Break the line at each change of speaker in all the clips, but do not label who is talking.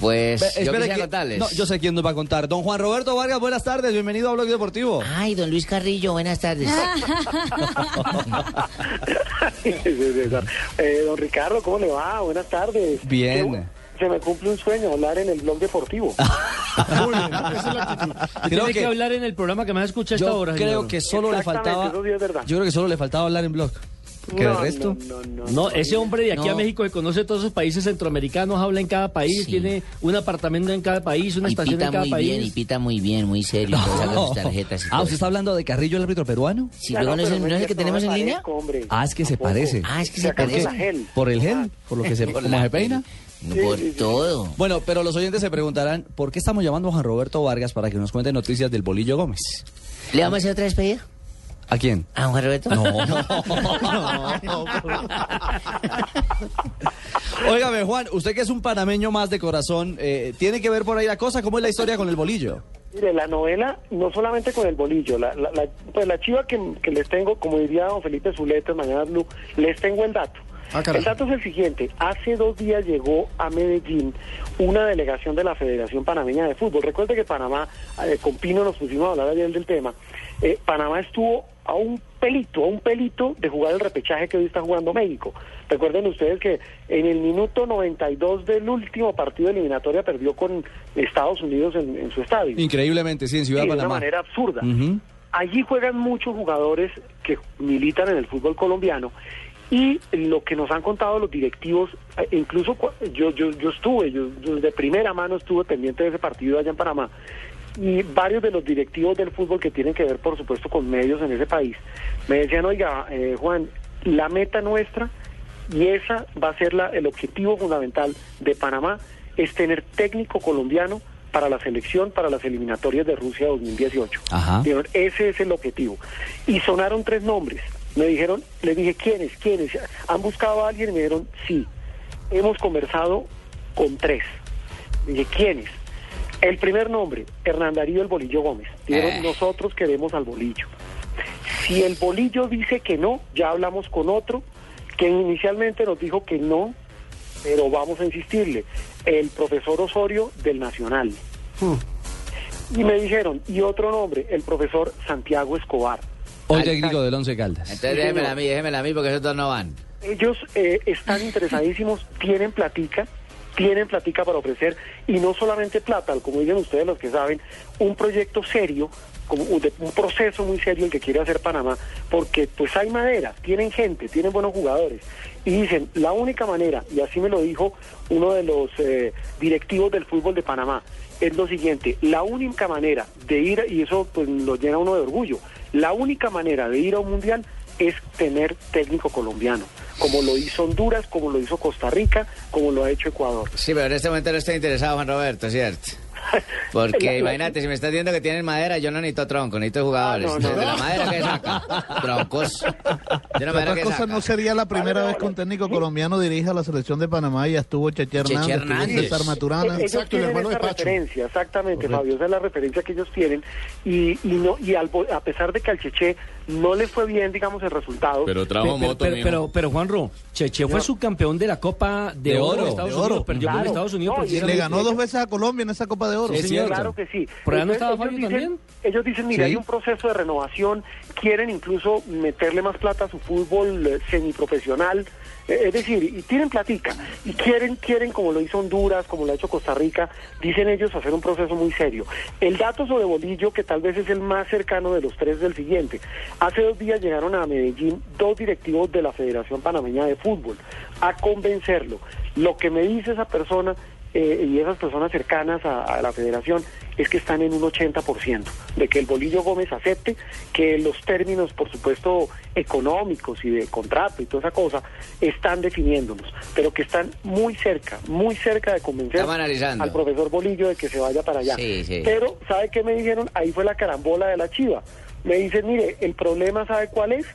Pues
Ve-
yo
espere
quisiera
que-
contarles.
No, yo sé quién nos va a contar. Don Juan Roberto Vargas, buenas tardes, bienvenido a Blog Deportivo.
Ay, don Luis Carrillo, buenas tardes.
Eh, don Ricardo, ¿cómo le va? Buenas tardes.
Bien. Ah,
Se me cumple un sueño, hablar en el blog deportivo.
Creo
Tiene que,
que-
hablar en el programa que me escucha a esta
Yo
hora.
creo
señor.
que solo le
Exactamente,
faltaba.
eso sí es verdad.
Yo creo que solo le faltaba hablar en blog. Que
No,
el resto.
No, no, no.
No, ese hombre de aquí
No.
a México que conoce todos esos países centroamericanos, habla en cada país,
Sí.
tiene un apartamento en cada país, una
Y
estación
pita
en cada
muy
país.
bien, y pita muy bien, muy serio. y todo, saca sus tarjetas y
Ah,
todo.
¿usted está hablando de Carrillo, el árbitro peruano?
Si
Ya,
luego no es
pero
el,
me
no es el que
digas, no
tenemos
me
en línea.
parezco, hombre.
Ah, es que se
Tampoco.
parece.
Ah, es que
Si
se
acaso
parece.
la gel.
¿Por el
Ah.
gel? ¿Por lo que se,
Por
como
la-
se peina?
Por todo.
Bueno, pero los oyentes se preguntarán, ¿por qué estamos llamando a Juan Roberto Vargas para que nos cuente noticias del Bolillo Gómez?
¿Le vamos a hacer otra despedida?
¿A quién?
¿A Juan Roberto?
Óigame, Juan, usted que es un panameño más de corazón, eh, ¿tiene que ver por ahí la cosa? ¿Cómo es la historia con el bolillo?
Mire, la novela, no solamente con el bolillo, la, la- la- pues la chiva que, que les tengo, como diría don Felipe Zuleta, en mañana Blue, les tengo el dato. el dato es el siguiente, hace dos días llegó a Medellín una delegación de la Federación Panameña de Fútbol. Recuerde que Panamá, eh, con Pino nos pusimos a hablar ayer del tema, eh, Panamá estuvo a un pelito, a un pelito de jugar el repechaje que hoy está jugando México. Recuerden ustedes que en el minuto 92 del último partido eliminatoria perdió con Estados Unidos en, en su estadio.
Increíblemente, sí, en Ciudad
Sí, de una
Panamá.
manera absurda.
Ujú.
Allí juegan muchos jugadores que militan en el fútbol colombiano y lo que nos han contado los directivos, eh, incluso cua- yo, yo, yo estuve, yo, yo de primera mano estuve pendiente de ese partido allá en Panamá, y varios de los directivos del fútbol que tienen que ver, por supuesto, con medios en ese país, me decían, oiga, eh, Juan, la meta nuestra y esa va a ser la- el objetivo fundamental de Panamá, es tener técnico colombiano para la selección, para las eliminatorias de Rusia 2018.
Ajá.
Dijeron, ese es el objetivo. Y sonaron tres nombres. Me dijeron, les dije, ¿quiénes? ¿Quiénes? ¿Han buscado a alguien? Y me dijeron, sí. Hemos conversado con tres. Le dije, ¿quiénes? El primer nombre, Hernán Darío el Bolillo Gómez. Dijeron, nosotros queremos al Bolillo. Si el bolillo dice que no, ya hablamos con otro que inicialmente nos dijo que no, pero vamos a insistirle. El profesor Osorio del Nacional. Y me dijeron, y otro nombre, el profesor Santiago Escobar.
Hoy técnico del Once Caldas.
Entonces déjemela a mí, déjemela a mí, porque esos dos no van.
Ellos eh, están interesadísimos, tienen platica, tienen platica para ofrecer, y no solamente plata, como dicen ustedes los que saben, un proyecto serio, como un, de- un proceso muy serio el que quiere hacer Panamá, porque pues hay madera, tienen gente, tienen buenos jugadores, y dicen, la única manera, y así me lo dijo uno de los eh, directivos del fútbol de Panamá, es lo siguiente, la única manera de ir, y eso pues lo llena uno de orgullo, la única manera de ir a un mundial es tener técnico colombiano, como lo hizo Honduras, como lo hizo Costa Rica, como lo ha hecho Ecuador.
Sí, pero en este momento no estoy interesado, Juan Roberto, ¿cierto? Porque imagínate, si me estás diciendo que tienen madera, yo no necesito tronco, necesito jugadores.
Ah, no, no.
De la madera que saca, troncos. De la madera
Otra
que
cosa
saca.
no sería la primera
Vale,
vez
vale.
que un técnico colombiano dirige a la selección de Panamá y ya estuvo Cheche Hernández, estuvo
Hernández.
César Maturana.
Eh, ellos tienen esa referencia, exactamente, Fabio, esa es la referencia que ellos tienen y, y no y al bo- a pesar de que al Cheche no le fue bien, digamos, el resultado.
Pero
Pe-
trajo
pe-
moto,
pero,
mijo.
pero, pero, Juanro, Cheche fue subcampeón de la Copa de,
De
Oro
oro,
de Estados
de
Unidos,
oro.
perdió con
Claro.
Estados Unidos.
No, y
Le
precisamente.
ganó dos veces a Colombia en esa Copa de Oro.
Sí,
Sí.
señor.
Claro que sí.
¿Por allá no
Entonces,
estaba
ellos
Fabio
dicen-
también?
Ellos dicen, mira,
Sí.
hay un proceso de renovación, quieren incluso meterle más plata a su fútbol eh, semiprofesional, eh, es decir, y tienen platica, y quieren, quieren, como lo hizo Honduras, como lo ha hecho Costa Rica, dicen ellos hacer un proceso muy serio. El dato sobre Bolillo, que tal vez es el más cercano de los tres, es el siguiente. Hace dos días llegaron a Medellín dos directivos de la Federación Panameña de Fútbol a convencerlo. Lo que me dice esa persona eh, y esas personas cercanas a, a la federación es que están en un 80% de que el Bolillo Gómez acepte que los términos, por supuesto, económicos y de contrato y toda esa cosa están definiéndonos, pero que están muy cerca, muy cerca de convencer
Estamos analizando.
al profesor Bolillo de que se vaya para allá.
Sí, sí.
Pero, ¿sabe qué me dijeron? Ahí fue la carambola de la chiva. Me dicen, mire, el problema, ¿sabe cuál es?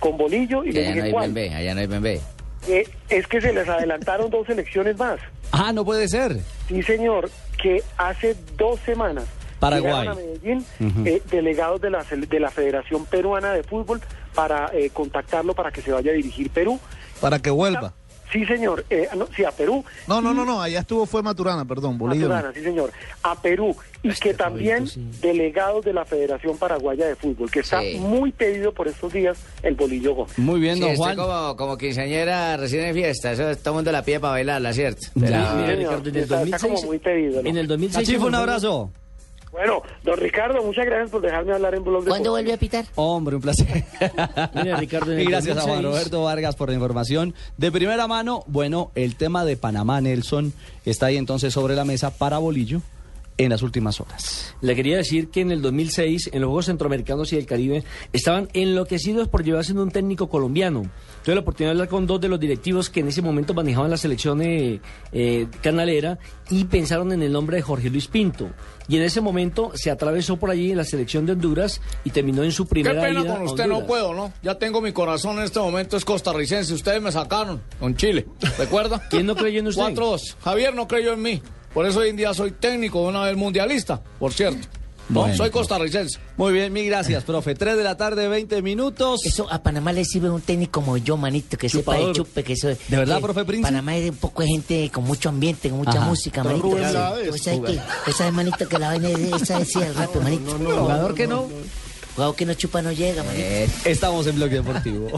Con Bolillo y
Que
le
allá no
dije,
hay
¿cuál?
bembé, allá no hay bembé.
Eh, es que se les adelantaron dos elecciones más.
Ah, no puede ser.
Sí, señor, que hace dos semanas
Paraguay.
llegaron a Medellín eh, delegados de la, sele- de la Federación Peruana de Fútbol para eh, contactarlo para que se vaya a dirigir Perú.
Para que vuelva.
Sí, señor, eh, no, sí, a Perú.
No, no, no, no, allá estuvo fue Maturana, perdón, Bolillo. no.
Maturana, sí, señor, a Perú y que también delegados de la Federación Paraguaya de Fútbol, que está
Sí.
muy pedido por estos días el bolillo Gómez.
Muy bien,
Sí,
don
usted
Juan.
como, como quinceañera recién de fiesta, eso todo el mundo la pide para bailarla, ¿cierto?
Sí,
Ya, mira,
señor,
Ricardo, en
está-
el
está
2006,
como muy pedido, ¿no?
En el 2006.
Cachifo, un
cuando fuimos-
abrazo.
Bueno, don Ricardo, muchas gracias por dejarme hablar en Blog
¿Cuándo
Deportivo.
vuelve a pitar?
Hombre, un placer.
Mira, Ricardo, en
y
el
gracias a Juan
2006.
Roberto Vargas por la información. De primera mano, bueno, el tema de Panamá, Nelson, está ahí entonces sobre la mesa para Bolillo en las últimas horas.
Le quería decir que en el 2006, en los Juegos Centroamericanos y del Caribe, estaban enloquecidos por llevarse un técnico colombiano. Tuve la oportunidad de hablar con dos de los directivos que en ese momento manejaban la selección eh, eh, canalera y pensaron en el nombre de Jorge Luis Pinto. Y en ese momento se atravesó por allí en la selección de Honduras y terminó en su
Qué
primera
pena
ida
con
a
usted, no
Honduras.
puedo, ¿no? Ya tengo mi corazón en este momento, es costarricense. Ustedes me sacaron con Chile, ¿recuerda?
¿Quién no creyó en usted?
4-2. Javier no creyó en mí. Por eso hoy en día soy técnico de una vez mundialista, por cierto. No,
Bueno.
soy costarricense.
Muy bien, mil gracias, profe. Tres de la tarde, 20 minutos.
Eso a Panamá le sirve un técnico como yo, manito, que sepa de
Chupador.
chupe, que eso
¿De verdad,
que
profe Prince?
Panamá es un poco de gente con mucho ambiente, con mucha
Ajá.
música,
Don
manito.
Rubén
que-
Blades.
¿Vos sabés que, vos sabés, manito, que la vaina es esa es el rap, manito.
Jugador que no.
Jugador que no chupa no llega, manito.
Estamos en Bloque Deportivo.